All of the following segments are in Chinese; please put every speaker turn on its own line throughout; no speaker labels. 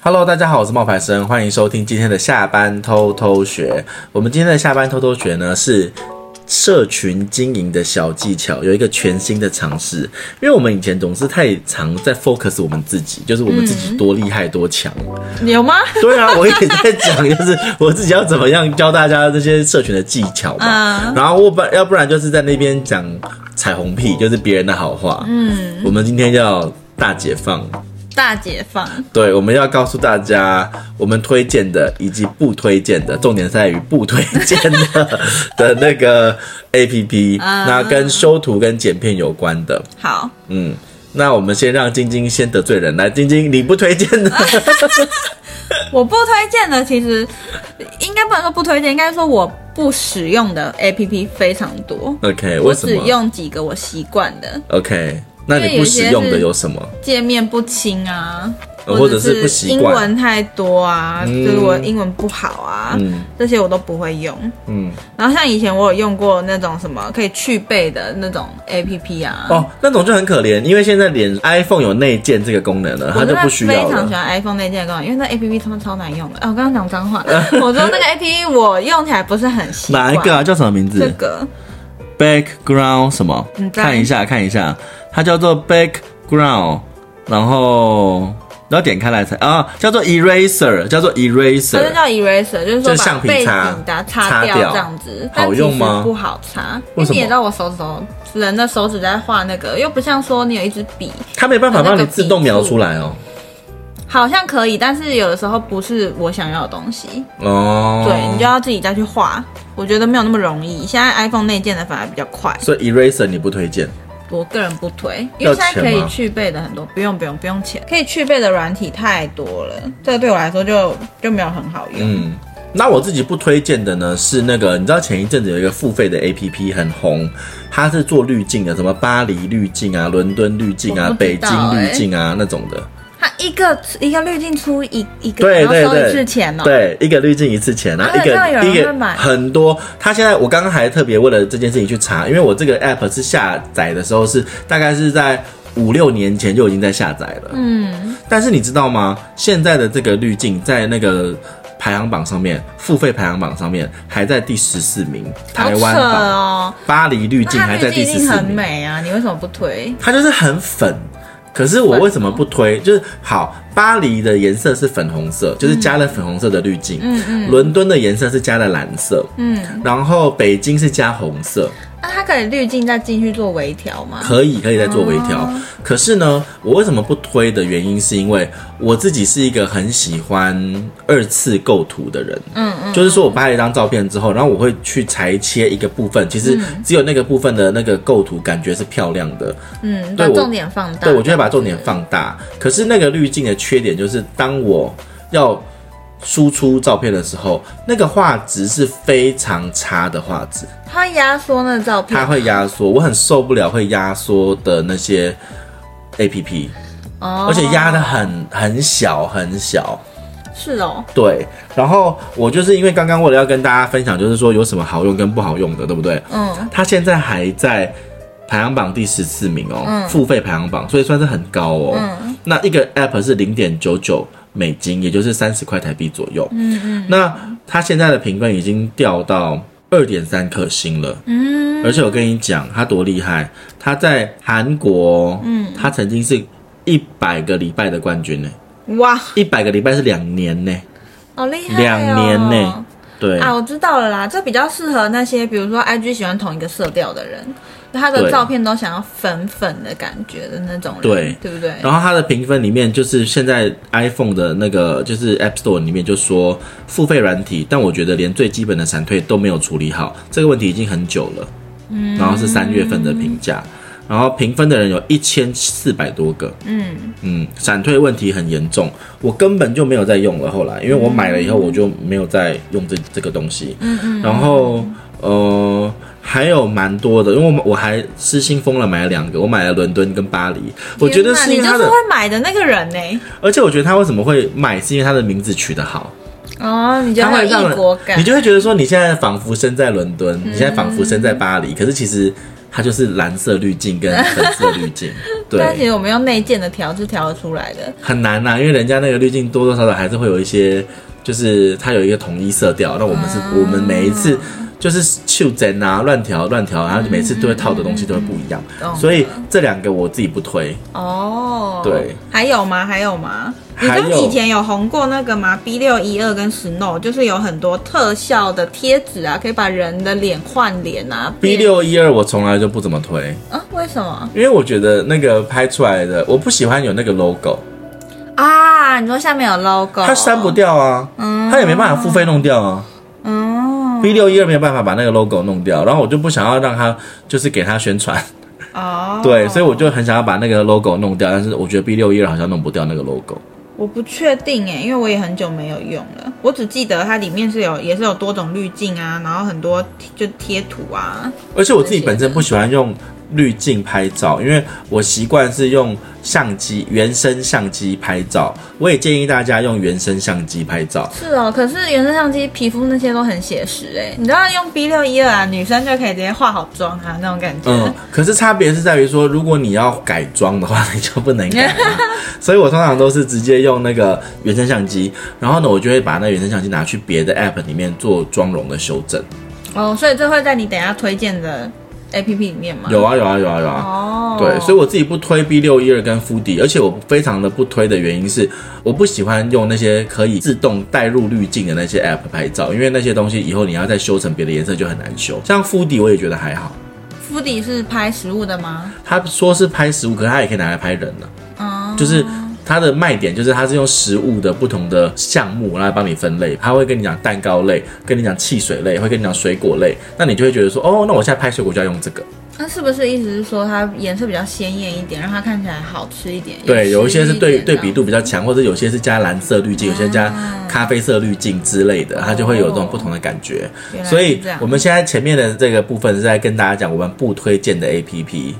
Hello，大家好，我是冒牌生，欢迎收听今天的下班偷偷学。我们今天的下班偷偷学呢是社群经营的小技巧，有一个全新的尝试。因为我们以前总是太常在 focus 我们自己，就是我们自己多厉害多强。
有吗？
对啊，我一直在讲，就是我自己要怎么样教大家这些社群的技巧嘛。
嗯
然后我不要不然就是在那边讲彩虹屁，就是别人的好话。嗯，我们今天要大解放。
大解放，
对，我们要告诉大家我们推荐的以及不推荐的，重点在于不推荐 的的那个 A P P，
啊
那跟修图跟剪片有关的。
好，
嗯，那我们先让晶晶先得罪人，来，晶晶，你不推荐 的，
我不推荐的，其实应该不能说不推荐，应该说我不使用的 APP 非常多。
OK，
我
为什
只
么
用几个我习惯的，
？OK，那
因为
你
有
不
一些
使用的
是
有什么？
界面不清啊，
呃或者是
是
不习惯
英文太多啊，
嗯
就是我英文不好啊，
嗯
这些我都不会用。
嗯，
然后像以前我有用过那种什么可以去背的那种 APP 啊，
哦，那种就很可怜，因为现在连 iPhone 有内建这个功能了，它
我
就
真的
不需要
非常喜
了。
欢 iPhone 那件功能，因为那 APP 他们超难用的。啊，我刚刚 讲脏话了。我说那个 APP 我用起来不是很习惯。
哪一个啊？？叫什么名字？
这个
background 什么
嗯？对
看一下，看一下，它叫做 background，然后然后点开来才啊，叫做 eraser，叫做
它就
eraser，
叫 eraser，就是
就
说
是
把
橡皮
背
擦
景的
擦
擦掉
掉
这样子，
好
但
用
其实
吗
不好擦，
为
因
什么
为你也知道我手指头人的手指在画那个，又不像说你有一支笔，
它没办法帮你自动描出来哦。
好像可以，但是有的时候不是我想要的东西，
哦，
对你就要自己再去画。我觉得没有那么容易，现在 iPhone 内建的反而比较快，
所以 eraser 你不推荐
我个人不推，因
要
为现在
钱
可以
吗
去背的很多，不用不用不用钱，可以去背的软体太多了，这个对我来说就就没有很好用。
嗯。那我自己不推荐的呢是那个，你知道前一阵子有一个付费的 A P P 很红，它是做滤镜的，什么巴黎滤镜啊、伦敦滤镜啊
我、不
北
知道
京滤
欸
镜啊那种的。
它一个一个滤镜出一一个，
对
然后
对
收
对，
一次钱哦、
对，一个滤镜一次钱，然后
啊
一个、
那有人
一个
会买
很多。他现在我刚刚还特别为了这件事情去查，因为我这个 app 是下载的时候是大概是在五六年前就已经在下载了。
嗯，
但是你知道吗？现在的这个滤镜在那个排行榜上面，付费排行榜上面还在第十四名，台
好扯
湾榜。
哦、
巴黎滤
那
镜
它
还在
滤
第
镜
十
一定
四
很
名，
美啊，你为什么不推？
它就是很粉。可是我为什么不推？就是好，巴黎的颜色是粉红色，就是加了粉红色的滤镜。
嗯嗯
伦敦的颜色是加了蓝色，
嗯，
然后北京是加红色，
那啊它可以滤镜再进去做微调吗？
可以可以再做微调。
哦
可是呢，我为什么不推的原因是因为我自己是一个很喜欢二次构图的人。
嗯嗯，
就是说我拍了一张照片之后，然后我会去裁切一个部分，其实只有那个部分的那个构图感觉是漂亮的，
嗯，
对
把
我
重点放大。
对，我就会把重点放大。可是那个滤镜的缺点就是，当我要输出照片的时候，那个画质是非常差的画质，
它会压缩那照片
它会压缩，我很受不了会压缩的那些 A P P，
哦，
而且压的很很小很小。
是哦，
对，然后我就是因为刚刚为了要跟大家分享，就是说有什么好用跟不好用的，对不对？
嗯，
它现在还在排行榜第十四名哦，
嗯
付费排行榜，所以算是很高哦。
嗯
那一个 app 是零点九九美金，也就是三十块台币左右。嗯嗯。那它现在的评分已经掉到二点三颗星了。
嗯，
而且我跟你讲，它多厉害！它在韩国，嗯，它曾经是一百个礼拜的冠军呢，
哇，
一百个礼拜是两年呢，
好厉害、哦，
两年呢，对。
啊，我知道了啦，这比较适合那些比如说 IG 喜欢同一个色调的人，他的
对
照片都想要粉粉的感觉的那种人，
对
对不对？
然后它的评分里面，就是现在 iPhone 的那个就是 App Store 里面就说付费软体，但我觉得连最基本的闪退都没有处理好，这个问题已经很久了。嗯，然后是三月份的评价，然后评分的人有一千四百多个。
嗯，
嗯，闪退问题很严重，我根本就没有在用了。后来，因为我买了以后，我就没有再用这这个东西。嗯嗯。然后，呃，还有蛮多的，因为我我还失心疯了，买了两个，我买了伦敦跟巴黎。我觉得
天哪
是因为
你就
它
是
的，
会买的那个人呢、
而且我觉得它为什么会卖，是因为它的名字取得好，
哦，你觉
它
得
会
很
让
有异国
人，
感，嗯
你就会觉得说你现在仿佛身在伦敦，你现在仿佛身在巴黎，可是其实它就是蓝色滤镜跟粉色滤镜，
但其
对，
实我们用内建的调是调得出来的。
很难呐、因为人家那个滤镜多多少少还是会有一些，就是它有一个统一色调，那我们是、我们每一次就是袖珍啊乱调乱调，然后每次都会套的东西都会不一样，
懂
所以这两个我自己不推，
哦，
对，
还有吗？还有吗？你知
还
道
有
以前有红过那个吗？B 六一二跟 Snow 就是有很多特效的贴纸啊，可以把人的脸换脸啊。
B
变
六一二我从来就不怎么推，
啊？为什么
因为我觉得那个拍出来的我不喜欢有那个 logo，
啊？你说下面有 logo，
它删不。掉啊，它也没办法付费弄掉啊。
嗯，
B 六一二没有办法把那个 logo 弄掉，然后我就不想要让它就是给它宣传，
哦，
对，所以我就很想要把那个 logo 弄掉，但是我觉得 B 六一二好像弄不掉那个 logo。
我不确定哎，因为我也很久没有用了，我只记得它里面是有也是有多种滤镜啊，然后很多就贴图啊。
而且我自己本身不喜欢用滤镜拍照，因为我习惯是用相机原生相机拍照。我也建议大家用原生相机拍照。
是哦，可是原生相机皮肤那些都很写实哎、你知道用 B 六一二啊，女生就可以直接化好妆啊那种感觉。
嗯，可是差别是在于说，如果你要改装的话，你 就不能改嘛。所以我通常都是直接用那个原生相机，然后呢，我就会把那原生相机拿去别的 app 里面做妆容的修正。
哦，所以这会在你等一下推荐的 A P P 里面吗？
有啊，有啊，有啊，有啊。
哦，
对，所以我自己不推 B 六一二跟 f 底，而且我非常的不推的原因是，我不喜欢用那些可以自动带入滤镜的那些 app 拍照，因为那些东西以后你要再修成别的颜色就很难修。像 f 底我也觉得还好，
敷底是拍食物的吗？
他说是拍食物，可是他也可以拿来拍人呢、
嗯，
就是它的卖点就是它是用食物的不同的项目来帮你分类，它会跟你讲蛋糕类，跟你讲汽水类，会跟你讲水果类，那你就会觉得说，哦，那我现在拍水果就要用这个。
那是不是意思是说它颜色比较鲜艳一点，让它看起来好吃一点？啊
对，有一些是对对比
度。
度比较强，或者有些是加蓝色滤镜，有些加咖啡色滤镜之类的，它就会有这种不同的感觉。
原来是
所以
这样
我们现在前面的这个部分是在跟大家讲我们不推荐的 APP。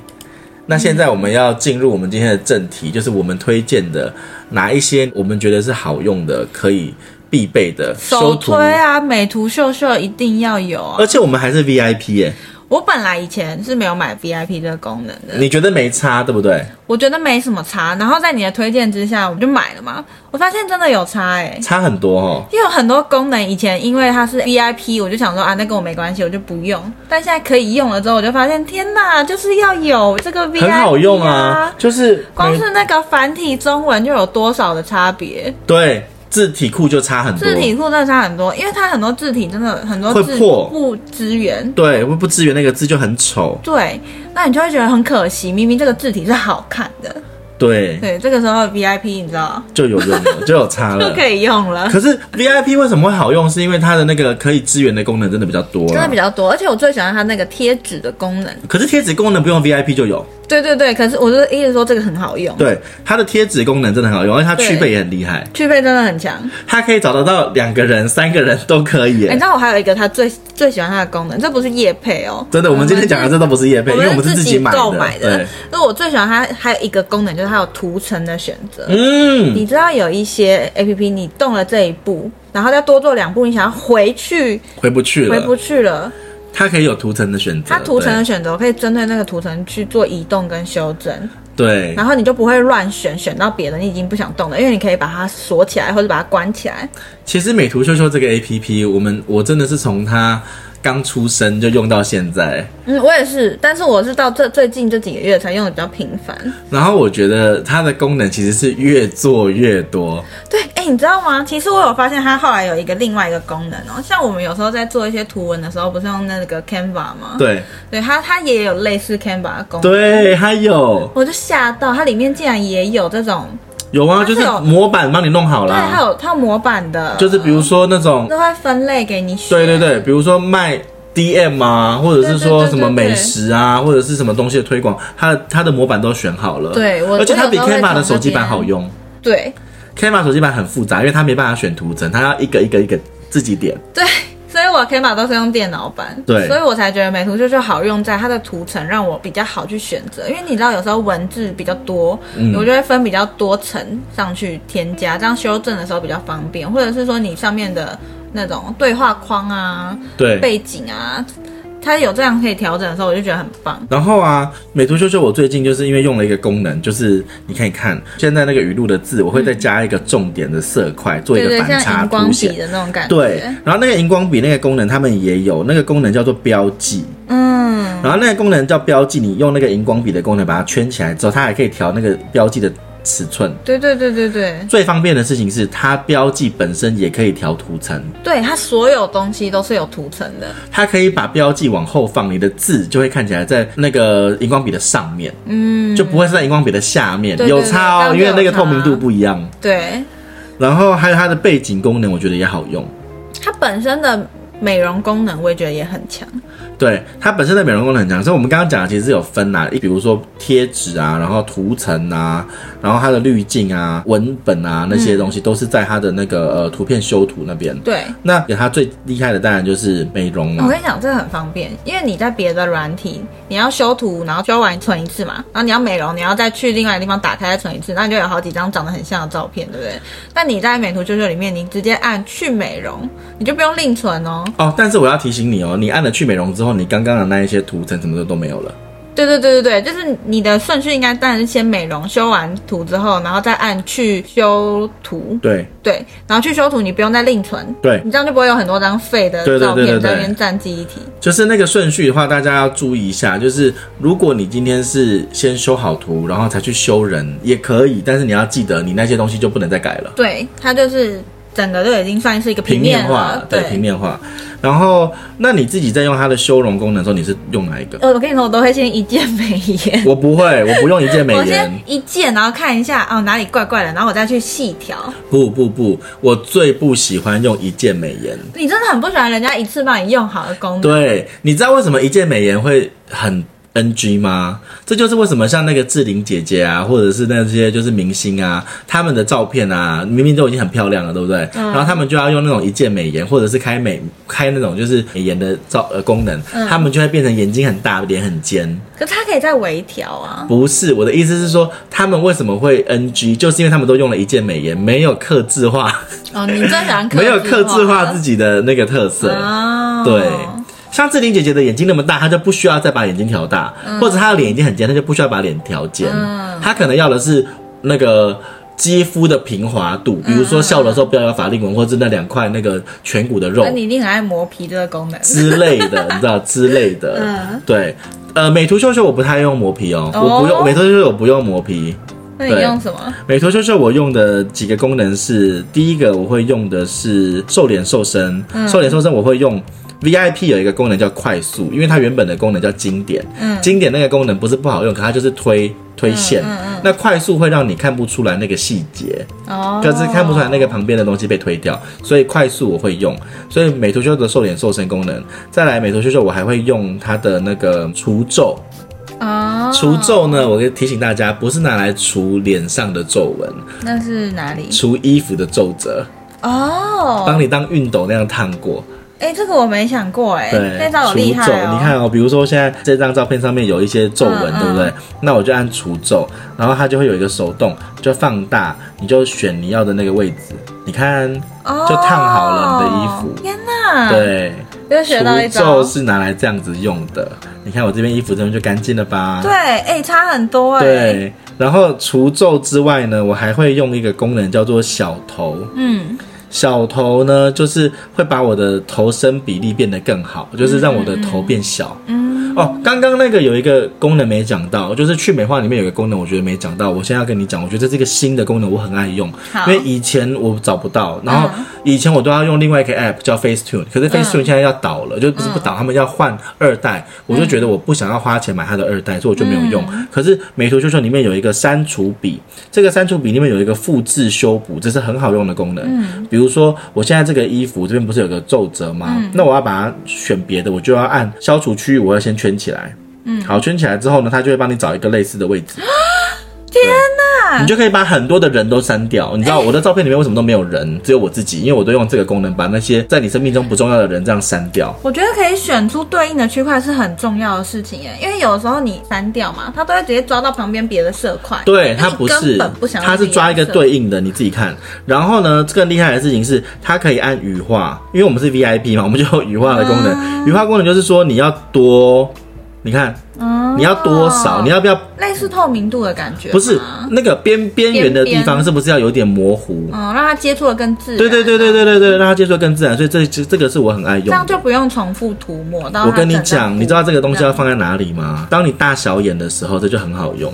那现在我们要进入我们今天的正题，就是我们推荐的哪一些我们觉得是好用的、可以必备的
手
修图，
推啊，美图秀秀一定要有啊！
而且我们还是 VIP 耶、
我本来以前是没有买 VIP 这个功能的，
你觉得没差对不对？
我觉得没什么差。然后在你的推荐之下，我就买了嘛。我发现真的有差哎、
差很多哦。
因为有很多功能，以前因为它是 VIP，我就想说啊，那跟我没关系，我就不用。但现在可以用了之后，我就发现天哪，就是要有这个 VIP，、
很好用啊，就是
光
没
是那个繁体中文就有多少的差别？
对字体库就差很多，
字体库真的差很多，因为它很多字体真的很多
会
字
破
不支援。
对，不不支援那个字就很丑。
对，那你就会觉得很可惜，明明这个字体是好看的，
对，
对，这个时候 VIP 你知道
就有用了，就有差
就
了。
可以用了，
可是 VIP 为什么会好用？是因为它的那个可以支援的功能真的比较多
真的
了
比。较多。而且我最喜欢它那个贴纸的功能，
可是贴纸功能不用 VIP 就有，
对对对。可是我就是一直说这个很好用，
对它的贴纸功能真的很好用，而且它区
对
备也很厉害，
区配真的很强。
它可以找得到两个人、三个人都可以
哎你
耶。
知道我还有一个他最最喜欢它的功能，这不是夜配哦，
真的，我们今天讲的这都不是叶配，因为我们
是
是自己买
购买
对
的，。那我最喜欢它还有一个功能就是它有图层的选择。
嗯，
你知道有一些 A P P，你动了这一步，然后再多做两步，你想要回去
回不去
回不
了。
去了，
它可以有图层的选择，
它图层的选择我可以针对那个图层去做移动跟修正，
对对
然后你就不会乱选，选到别的你已经不想动了，因为你可以把它锁起来或者把它关起来。
其实美图秀秀这个 A P P，我们我真的是从它刚出生就用到现在，
嗯，我也是，但是我是到这最近这几个月才用的比较频繁。
然后我觉得它的功能其实是越做越多，
对，哎、你知道吗？其实我有发现它后来有一个另外一个功能哦，像我们有时候在做一些图文的时候，不是用那个 Canva 吗？，
对
对，它它也有类似 Canva 的功能。
对，它有
我就吓到，它里面竟然也有这种，
有啊，
它是
就是
有
模板帮你弄好
对，它
啦，
有呃它有模板的，
就是比如说那种，
都会分类给你选。
对对对，比如说卖 D M 啊，或者是说
对对对对
什么美食啊，或者是什么东西的推广，它的它的模板都选好了，
对我
而且它比
我有时候会
Canva 的
从
手机
这边啊
版好用
对
，Canva 手机版很复杂，因为它没办法选图层，它要一个一个一个自己点。
对所以我 Canva 都是用电脑版，
对
所以我才觉得美图秀秀好用在它的图层让我比较好去选择，因为你知道有时候文字比较多，
嗯
我就会分比较多层上去添加，这样修正的时候比较方便，或者是说你上面的那种对话框啊、
对，
背景啊、它有这样可以调整的时候，我就觉得很棒。
然后啊，美图秀秀我最近就是因为用了一个功能，就是你可以看现在那个语录的字，我会再加一个重点的色块，做一个
对对，
反
像
差
荧光
凸
笔
显。
的那种感觉。
对，然后那个荧光笔那个功能他们也有，那个功能叫做标记，
嗯，
然后那个功能叫标记，你用那个荧光笔的功能把它圈起来之后，它还可以调那个标记的尺寸。
对对对对对，
最方便的事情是，它标记本身也可以调图层，
对它所有东西都是有涂层的。
它可以把标记往后放，你的字就会看起来在那个荧光笔的上面，嗯，就不会是在荧光笔的下面，
对对
有差哦，
对
因为那个
这样就
透
有
明度
差
不一样。
对，
然后还有它的背景功能，我觉得也好用。
它本身的美容功能，我也觉得也很强。
对它本身的美容功能很强，所以我们刚刚讲的其实是有分啦、一比如说贴纸啊，然后涂层啊，然后它的滤镜啊、文本啊那些东西，都是在它的那个呃图片修图那边。
对，
那给它最厉害的当然就是美容啊
我
啦、
跟你讲，这个很方便，因为你在别的软体，你要修图，然后修完存一次嘛，然后你要美容，你要再去另外一个地方打开再存一次，那你就有好几张长得很像的照片，对不对？但你在美图秀秀里面，你直接按去美容，哦你就不用另存哦。
哦，但是我要提醒你哦，你按了去美容之后，你刚刚的那一些图层什么的都没有了。
对对对对对，就是你的顺序应该当然是先美容，修完图之后，然后再按去修图，
对
对，然后去修图你不用再另存，
对，
你这样就不会有很多张废的
对对对
照片
对对
在那边占记忆体。
就是那个顺序的话，大家要注意一下。就是如果你今天是先修好图，然后才去修人也可以，但是你要记得，你那些东西就不能再改了。
对，它就是整个都已经算是一个
平面化
了，，
对平面化。然后，那你自己在用它的修容功能的时候，你是用哪一 个？
呃，我跟你说，我都会先一键美颜，
我不会，我不用一键美
我先
颜，
一键，然后看一下哦哪里怪怪的，然后我再去细调。
不不不，我最不喜欢用一键美颜。
你真的很不喜欢人家一次帮你用好的功能，
对，你知道为什么一键美颜会很 NG 吗？这就是为什么像那个志玲姐姐啊，或者是那些就是明星啊，他们的照片啊，明明都已经很漂亮了，对不对？然后他们就要用那种一键美颜，或者是开美开那种就是美颜的照呃功能，他们就会变成眼睛很大，脸很尖。
可是它可以再微调啊。
不是我的意思是说，他们为什么会 NG，就是因为他们都用了一键美颜，没有克制化，
哦，你最喜欢
没有克制化自
己
己的那个特色。
哦，
对，像志玲姐姐的眼睛那么大，她就不需要再把眼睛调大，
嗯
或者她的脸已经很尖，她就不需要把脸调尖。她可能要的是那个。肌肤的平滑度，比如说笑的时候不要有法令纹，或者是那两块那个颧骨的肉
那啊你一定很爱磨皮这个功能。
之类 的，你知道之类的。
嗯
对，呃，美图秀秀我不太用磨皮哦，我不
哦
用美图秀秀我不用磨皮。
那你
对
用什么？
美图秀秀我用的几个功能是，第一个我会用的是瘦脸瘦身，
嗯
瘦脸瘦身我会用 VIP 有一个功能叫快速，因为它原本的功能叫经典，
嗯
经典那个功能不是不好用，可它就是推推线，
嗯
那快速会让你看不出来那个细节，
哦，
可是看不出来那个旁边的东西被推掉，所以快速我会用，所以美图秀秀的瘦脸瘦身功能，再来美图秀秀我还会用它的那个除皱，
哦，
除皱呢，我可以提醒大家，不是拿来除脸上的皱纹。
那是哪里？
除衣服的皱褶，
哦，
帮你当熨斗那样烫过。
哎，这个我没想过哎，
对，
那招好
除皱，
厉害哦！
你看哦，比如说现在这张照片上面有一些皱纹，
嗯
对不对？那我就按除皱，然后它就会有一个手动，就放大，你就选你要的那个位置。你看，
哦，
就烫好了你的衣服
天哪！，
对，
啊又学到一
除皱
招。
是拿来这样子用的。你看我这边衣服这边就干净了吧？
对，哎、差很多哎、
对。然后除皱之外呢，我还会用一个功能叫做小头。
嗯，
小头呢，就是会把我的头身比例变得更好，就是让我的头变小。嗯，哦，刚刚那个有一个功能没讲到，就是去美化里面有一个功能，我觉得没讲到，我现在要跟你讲，我觉得这是一个新的功能，我很爱用，
好
因为以前我找不到，然后以前我都要用另外一个 app 叫 Facetune，可是 Facetune 现在要倒了，就不是不倒，他们要换二代，我就觉得我不想要花钱买它的二代，所以我就没有用。可是美图秀秀里面有一个删除笔，这个删除笔里面有一个复制修补，这是很好用的功能。比如说我现在这个衣服这边不是有个皱褶吗？那我要把它选别的，我就要按消除区域，我要先圈起来。嗯，好，圈起来之后呢，它就会帮你找一个类似的位置。
天哪！
你就可以把很多的人都删掉。你知道
哎
我的照片里面为什么都没有人，只有我自己，因为我都用这个功能把那些在你生命中不重要的人这样删掉。
我觉得可以选出对应的区块是很重要的事情耶，因为有的时候你删掉嘛，它都会直接抓到旁边别的色块。
对，
那
它
哎你
不
根
是
本不，想要
它是抓一个
自己的
对应的，你自己看。然后呢，更厉害的事情是，它可以按羽化，因为我们是 VIP 嘛，我们就有羽化的功
啊
能。羽化功能就是说你要多，你看
色，嗯
你要多少，你要不要？
类似透明度的感觉吗，
不是那个边边缘的地
边边
方，是不是要有点模糊？
嗯，让它接触的更自然。
对对对对，对对对，让它接触得更自然。所以这这这个是我很爱
啊这
用
样
的。
就不用重复涂抹到它
我跟你
整张
讲，
糊
你知道这个东西
这
要
样
放在哪里吗？当你大小眼的时候，这就很好用。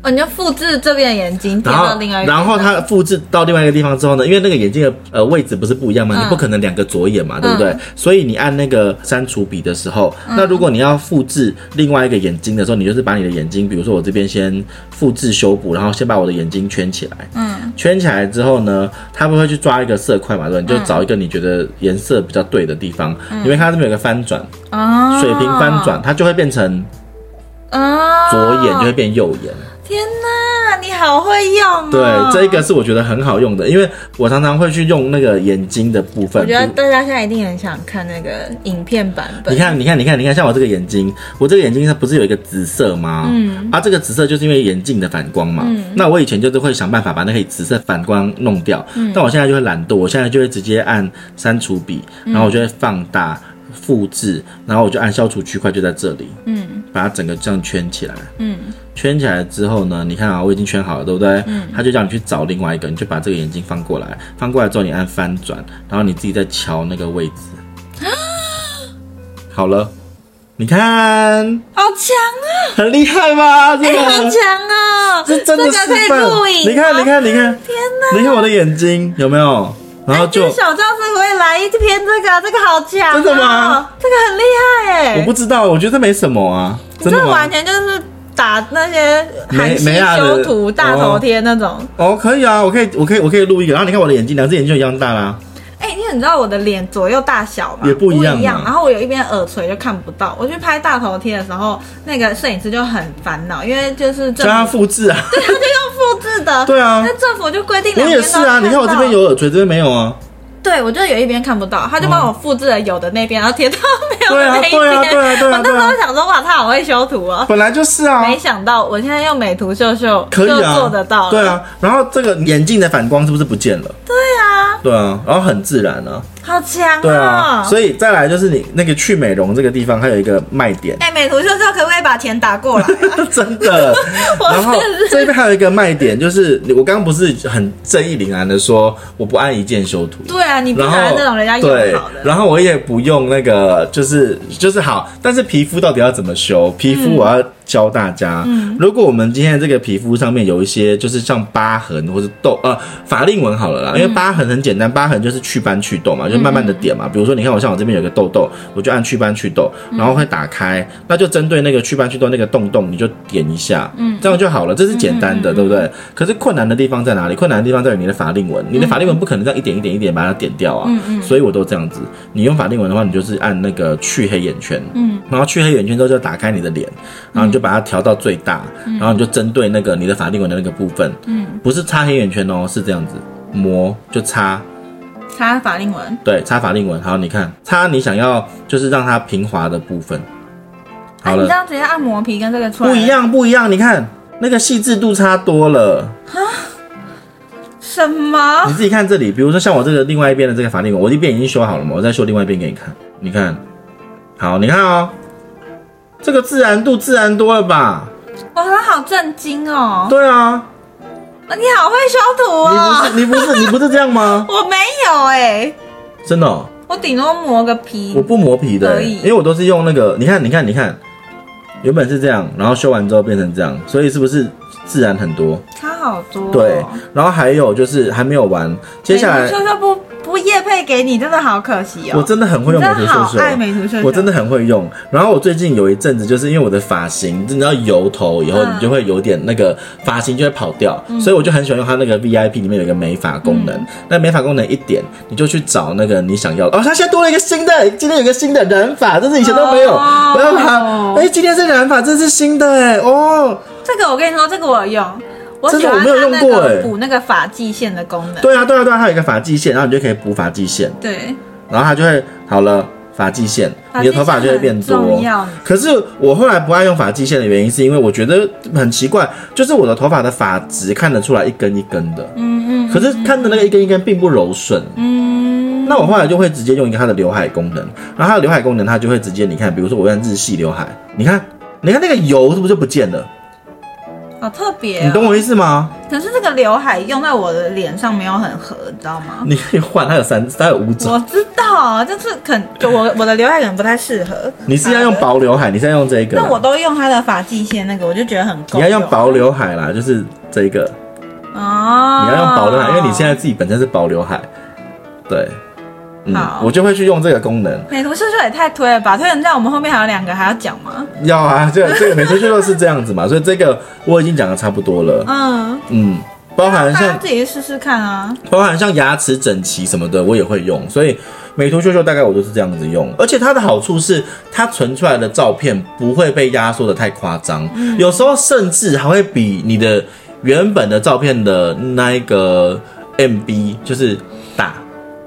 哦，你就复制这边的眼睛贴
然
到
后
另外一，边
然后它复制到另外一个地方之后呢，因为那个眼镜的呃位置不是不一样嘛，
嗯
你不可能两个左眼嘛，对不对？嗯所以你按那个删除笔的时候，那如果你要复制另外一个眼睛的时候，你就是把你的眼睛，比如说我这边先复制修补，然后先把我的眼睛圈起来。
嗯，
圈起来之后呢，它不会去抓一个色块嘛，对不对？你就找一个你觉得颜色比较对的地方。你会看到这边有个翻转，
哦，
水平翻转，它就会变成
哦，
左眼就会变右眼。
天哪，你好会用哦！
对，这一个是我觉得很好用的，因为我常常会去用那个眼睛的部分。
我觉得
比如
大家现在一定很想看那个影片版本。
你看，你看，你看，你看，像我这个眼睛，我这个眼睛它不是有一个紫色吗？嗯，啊，这个紫色就是因为眼镜的反光嘛。嗯，那我以前就是会想办法把那个紫色反光弄掉，嗯，但我现在就会懒惰，我现在就会直接按删除笔，然后我就会放大、复制，然后我就按消除区块就在这里，
嗯
把它整个这样圈起来。
嗯，
圈起来之后呢，你看啊，我已经圈好了，对不对？嗯，他就叫你去找另外一个，你就把这个眼睛翻过来，翻过来之后你按翻转，然后你自己再瞧那个位置。好了，你看，
好强 啊！
很厉害吧？ 这个、
好强啊！
这真的
哎这
是
个可以
笨
录影。啊哦
你看，你，看，你看，天哪！你看我的眼睛有没有？然后
就
就。
哎小教室可以来一篇这个，这个好强、哦！
真的吗？
这个很厉害哎、
我不知道，我觉得这没什么啊，
你
真的
这
吗
完？全就是打那些韩
没没
系
啊
修图
的
大头贴那种。
哦，可以啊，我可以，我可以，我可以录一个。然后你看我的眼睛，两只眼睛就一样大啦、
哎、因为你知道我的脸左右大小嘛，
也不一样嘛
然后我有一边耳垂就看不到。我去拍大头贴的时候，那个摄影师就很烦恼，因为就是
叫
这
它复制啊。
对，他 就用复制的。
对啊
那政府就规定
我
两边
也
都
是啊，
看
你看我这边
到，
有耳垂，这边没有啊。
对我就有一边看不到，他就帮我复制了有的那边，然后贴到没有
嗯对
的
啊
那一边。
对啊对啊对啊
我那
对
时
啊
候想说，哇，他好会修图哦。
本来就是啊，
没想到我现在用美图秀秀
可以
就
啊，
做得到了。
对啊，然后这个眼镜的反光是不是不见了？
对啊，
对啊，然后很自然啊，
好强哦
对啊，
以
所以再来就是你那个去美容这个地方还有一个卖点，
哎，美图秀秀可不可以把钱 打过来啊？
真的。
我
然后
真的是
这边还有一个卖点就是，我刚刚不是很正义凛然的说我不按一键修图，
对啊，你不
然
拿
后
那种人家
对
用好的，
然后我也不用那个，就是就是好，但是皮肤到底要怎么修？皮
嗯
肤我要教大家，如果我们今天这个皮肤上面有一些就是像疤痕或是痘，呃，法令纹好了啦，因为
嗯
疤痕很简单，疤痕就是祛斑祛痘嘛，就慢慢的点嘛。比如说你看我像我这边有个痘痘，我就按祛斑祛痘，然后会打开，那就针对那个祛斑祛痘那个洞洞，你就点一下，嗯，这样就好了，这是简单的，对不对？可是困难的地方在哪里？困难的地方在于你的法令纹，你的法令纹不可能这样一点一点一点把它点掉啊，所以我都这样子。你用法令纹的话，你就是按那个去黑眼圈，嗯，然后去黑眼圈之后就打开你的脸，然后你就把它调到最大，然后你就针对那个你的法令纹的那个部分，嗯，不是擦黑眼圈哦，是这样子磨就擦，
擦法令纹。
对，擦法令纹。好，你看擦你想要就是让它平滑的部分，
哎，
好
你
了
这，样直接按摩皮跟哎这个出来
不一，样不一样，你看那个细致度差多了。
什么
你？自己看这里，比如说像我这个另外一边的这个法令纹，我一边已经修好了嘛，我再修另外一边给你看。你看，好，你看哦，这个自然度自然多了吧？
哇，他好震惊哦！
对啊，
你好会修图哦！
你不是你不是你不是这样吗？
我没有哎、
真的哦、
我顶多磨个皮
我。不磨皮的、欸
可以
因为我都是用那个，你看你看你看，原本是这样，然后修完之后变成这样，所以是不是自然很多？
差好多、哦。
对，然后还有就是还没有完，接下
美
来
图秀秀不不夜配给你，真的好可惜哦。
我真的很会用美图
你真的
秀
好
秀，
爱美图秀秀，
我真的很会用。然后我最近有一阵子，就是因为我的发型，你知道油头以后，
嗯
你就会有点那个发型就会跑掉，所以我就很喜欢用它那个 VIP 里面有一个美发功
嗯
能。那美发功能一点，你就去找那个你想要的。哦，它现在多了一个新的，今天有个新的染发，这是以前都没有。
哦
然后它，哎，今天是染发，这是新的哎，哦，
这个我跟你说，这个我有用。我
真
喜
的我
欢
没有
它
用
那
过
个
哎
补那个发际线的功能。
对啊，对啊，对啊，它有一个发际线，然后你就可以补发际线，
对，
然后它就会好了，发际线，
发
你
际
的头发
线
就会
很
变多
重。要
可是我后来不爱用发际线的原因，是因为我觉得很奇怪，就是我的头发的发质看得出来一根一根的，
嗯嗯
可是看的那个一根一根并不柔顺。
嗯，
那我后来就会直接用一个它的刘海功能，然后它的刘海功能，它就会直接你看，比如说我用日系刘海，你看，你看那个油是不是就不见了？
好特别、
你懂
哦。
我意思吗？
可是这个刘海用在我的脸上没有很合，你知道吗？
你可以换，它有三，它有五种。
哦我知道，就是肯就我我的刘海可能不太适合。
你是要用
薄？
薄刘海，你是要用这个啦？
那我都用它的发际线那个，我就觉得很够。
你要用薄刘海啦，就是这个，
哦，
你要用薄刘海，因为你现在自己本身是薄刘海，对，嗯
好，
我就会去用这个功能。
美图秀秀也太推了吧！推成这样，我们后面还有两个还要讲吗？
要啊，这这个美图秀秀是这样子嘛，所 以这个我已经讲的差不多了，
嗯，
嗯，包含
大家
像
自己去试试看啊。
包含像牙齿整齐什么的，我也会用，所以美图秀秀大概我都是这样子用。而且它的好处是，它存出来的照片不会被压缩的太夸张，
嗯
有时候甚至还会比你的原本的照片的那一个 MB 就是大，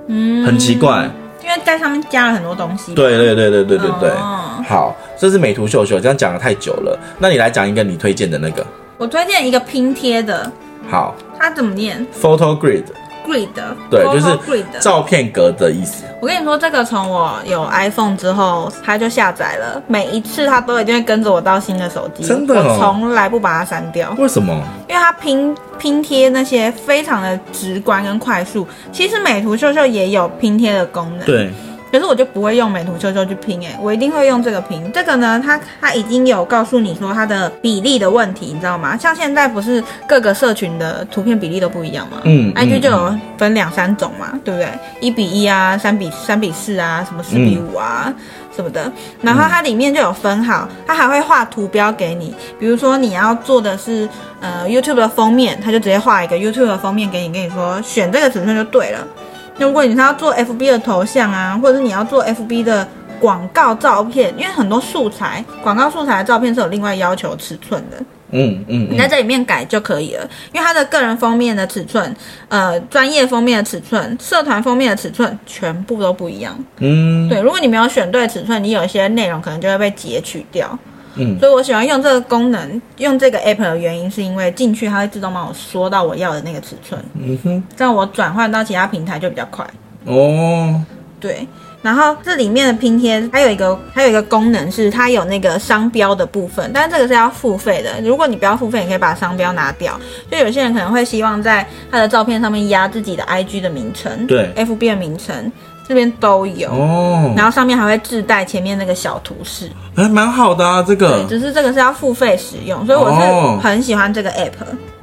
嗯，
很奇怪。
因为在上面加了很多东西。
对对对对对对对。
哦
好，这是美图秀秀，这样讲了太久了。那你来讲一个你推荐的那个，
我推荐一个拼贴的，
好
它怎么念
，Photo Grid，
？Grid，
对
Photo
就是
Grid。
照片格的意思。
我跟你说，这个从我有 iPhone 之后，它就下载了，每一次它都一定会跟着我到新的手机，
真的哦
我从来不把它删掉。
为什么？
因为它拼拼贴那些非常的直观跟快速。其实美图秀秀也有拼贴的功能，。
对，
可是我就不会用美图秀秀去拼、欸，我一定会用这个拼。这个呢，它它已经有告诉你说它的比例的问题，你知道吗？像现在不是各个社群的图片比例都不一样吗？
嗯
，IG
嗯
就有分两三种嘛，对不对？一比一啊，三比三比四啊，什么四比五啊。什么的，然后它里面就有分好，它还会画图标给你，比如说你要做的是呃 YouTube 的封面，它就直接画一个 YouTube 的封面给你，跟你说选这个尺寸就对了。那如果你是要做 FB 的头像啊，或者是你要做 FB 的广告照片，因为很多素材广告素材的照片是有另外要求尺寸的，
嗯嗯
你
嗯
在这里面改就可以了。因为它的个人封面的尺寸、呃专业封面的尺寸、社团封面的尺寸全部都不一样。
嗯，
对，如果你没有选对尺寸，你有一些内容可能就会被截取掉。
嗯
所以我喜欢用这个功能，用这个 app 的原因是因为进去它会自动帮我缩到我要的那个尺寸，
嗯哼，
这样我转换到其他平台就比较快。
哦，
对，然后这里面的拼贴还有一个还有一个功能是它有那个商标的部分，但是这个是要付费的。如果你不要付费，你可以把商标拿掉。就有些人可能会希望在他的照片上面压自己的 IG 的名称，
对
，FB 的名称，这边都有。
哦，
然后上面还会自带前面那个小图示，
还蛮好的啊，这
对，
个，
只是这个是要付费使用，所以我
哦
是很喜欢这个 app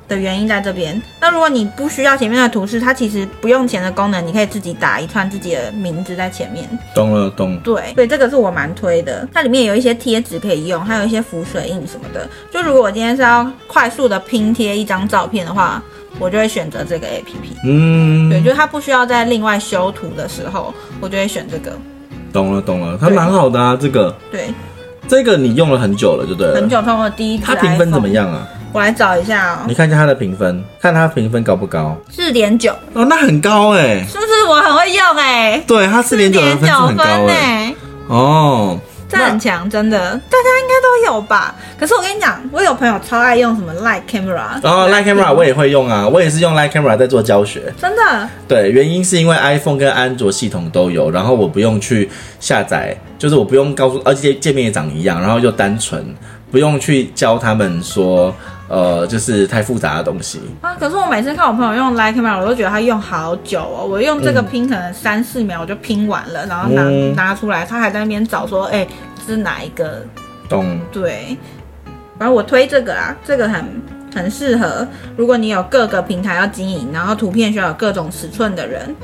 的原因在这边。那如果你不需要前面的图示，它其实不用钱的功能，你可以自己打一串自己的名字在前面。
懂了懂，
对，所以这个是我蛮推的。它里面有一些贴纸可以用，还有一些浮水印什么的。就如果我今天是要快速的拼贴一张照片的话，我就会选择这个 app。
嗯，
对，就是它不需要在另外修图的时候，我就会选这个。
懂了懂了，它蛮好的啊，这个
对，
这个你用了很久了，就对了，
很久从我第一次
它评分
iPhone
怎么？样啊？
我来找一下哦
你，看一下它的评分，看它评分高不高？
四点九，
哦，那很高哎、
是不是我很会用哎、
对，它四点九的
4.9
分数很高
分
哎、
哎、
哦，
这很强，真的，大家应该都有吧？可是我跟你讲，我有朋友超爱用什么 Light Camera，
然后 Light Camera 我也会用啊，我也是用 Light Camera 在做教学。
真的，
对，原因是因为 iPhone 跟安卓系统都有，然后我不用去下载，就是我不用告诉，而且界面也长一样，然后又单纯，不用去教他们说，呃，就是太复杂的东西。
啊，可是我每次看我朋友用 Light Camera，我都觉得他用好久哦。我用这个拼可能三四秒我就拼完了，然后拿、
嗯
拿出来，他还在那边找说，哎、这是哪一个？
懂？
对，反正我推这个啊，这个很很适合，如果你有各个平台要经营，然后图片需要有各种尺寸的人，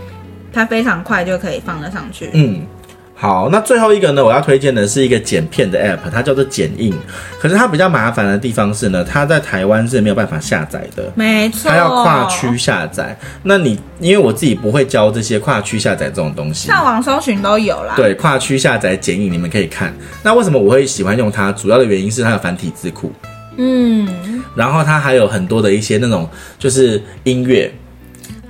它非常快就可以放得上去。
嗯，好，那最后一个呢，我要推荐的是一个剪片的 app，它叫做剪映。可是它比较麻烦的地方是呢，它在台湾是没有办法下载的。
没错，
它要跨区。下载，那你因为我自己不会教这些跨区下载这种东西，
上网搜寻都有啦。，
对，跨区下载剪影你们可以看。那为什么我会喜欢用它？主要的原因是它有繁体字库，
嗯，
然后它还有很多的一些那种就是音乐，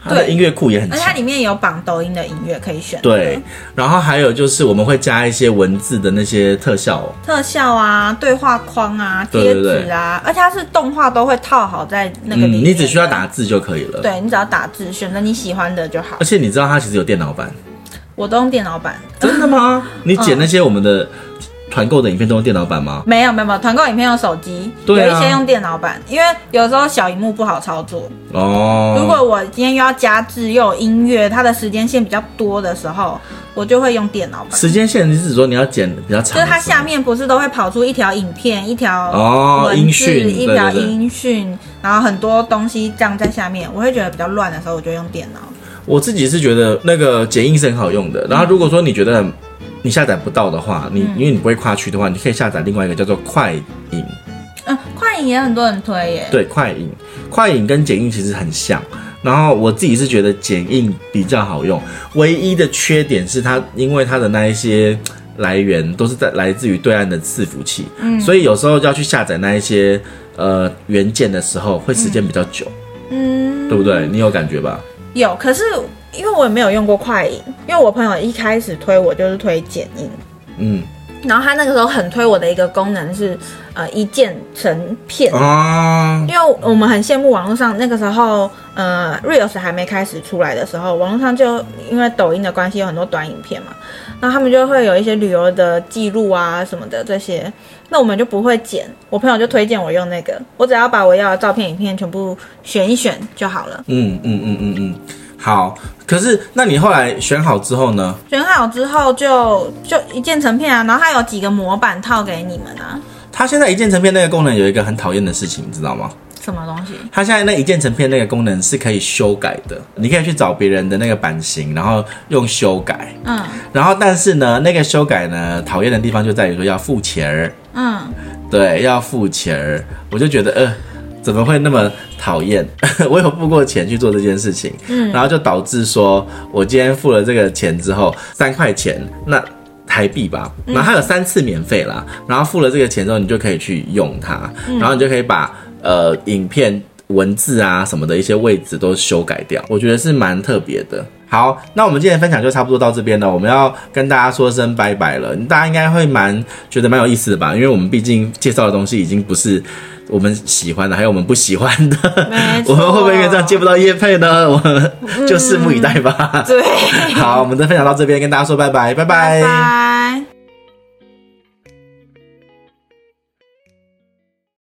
它的
对
音乐库也很
而且
强
它。里面有绑抖音的音乐可以选，
对，然后还有就是我们会加一些文字的那些特效、哦，
特效啊、对话框啊、
对
贴
对对
纸啊，而且它是动画都会套好在那个里
嗯，
面、
你只需要，打字就可以了。，
对你只要打字，选择你喜欢的就好
而。且你知道它其实有电脑版，
我都用电脑版，
真的吗？你
嗯
剪那些我们的团购的影片都用电脑版吗？
没有没有没有，团购影片用手机，
对啊
有一些用电脑版，因为有时候小荧幕不好操作。
哦，
如果我今天又要加字又有音乐，它的时间线比较多的时候，我就会用电脑版。
时间线，你只是说你要剪比较长的时
就
候，
是它下面不是都会跑出一条影片、一条
哦
文字
音讯
一
对
条
对对
音讯，然后很多东西这样在下面，我会觉得比较乱的时候，我就用电脑。
我自己是觉得那个剪映是很好用的。然后如果说你觉得你下载不到的话，你、因为你不会跨区的话，你可以下载另外一个叫做快影，
嗯，快影也很多人推耶。
对，快影，快影跟剪映其实很像。然后我自己是觉得剪映比较好用，唯一的缺点是它因为它的那一些来源都是在来自于对岸的伺服器，
嗯
所以有时候要去下载那一些呃原件的时候，会时间比较久，
嗯，
对不对？你有感觉吧？
有，可是因为我也没有用过快影，因为我朋友一开始推我就是推剪映，
嗯
然后他那个时候很推我的一个功能是，呃，一键成片。
啊，
因为我们很羡慕网络上那个时候，呃，Reels 还没开始出来的时候，网络上就因为抖音的关系有很多短影片嘛，那他们就会有一些旅游的记录啊什么的这些，那我们就不会剪。我朋友就推荐我用那个，我只要把我要的照片、影片全部选一选就好了。
嗯嗯嗯嗯嗯，好。可是，那你后来选好之后呢？
选好之后就就一键成片啊，然后它有几个模板套给你们啊，
它现在一键成片那个功能有一个很讨厌的事情，你知道吗？
什么东西？
它现在那一键成片那个功能是可以修改的，你可以去找别人的那个版型，然后用修改。
嗯
然后，但是呢，那个修改呢，讨厌的地方就在于说要付钱儿，
嗯，
对，要付钱儿。我就觉得，呃，怎么会那么讨厌？ 我有付过钱去做这件事情，嗯，然后就导致说我今天付了这个钱之后，三块钱，那。台币吧，然后它有三次免费啦，然后付了这个钱之后，你就可以去用它，然后你就可以把呃影片文字啊什么的一些位置都修改掉，我觉得是蛮特别的。好，那我们今天的分享就差不多到这边了，我们要跟大家说声拜拜了。大家应该会蛮觉得蛮有意思的吧？因为我们毕竟介绍的东西已经不是我们喜欢的，还有我们不喜欢的，
没
我
错
们会不会因为这样接不到叶配呢？我们就拭目以待吧。
对，
好，我们的分享到这边，跟大家说拜拜，拜
拜拜。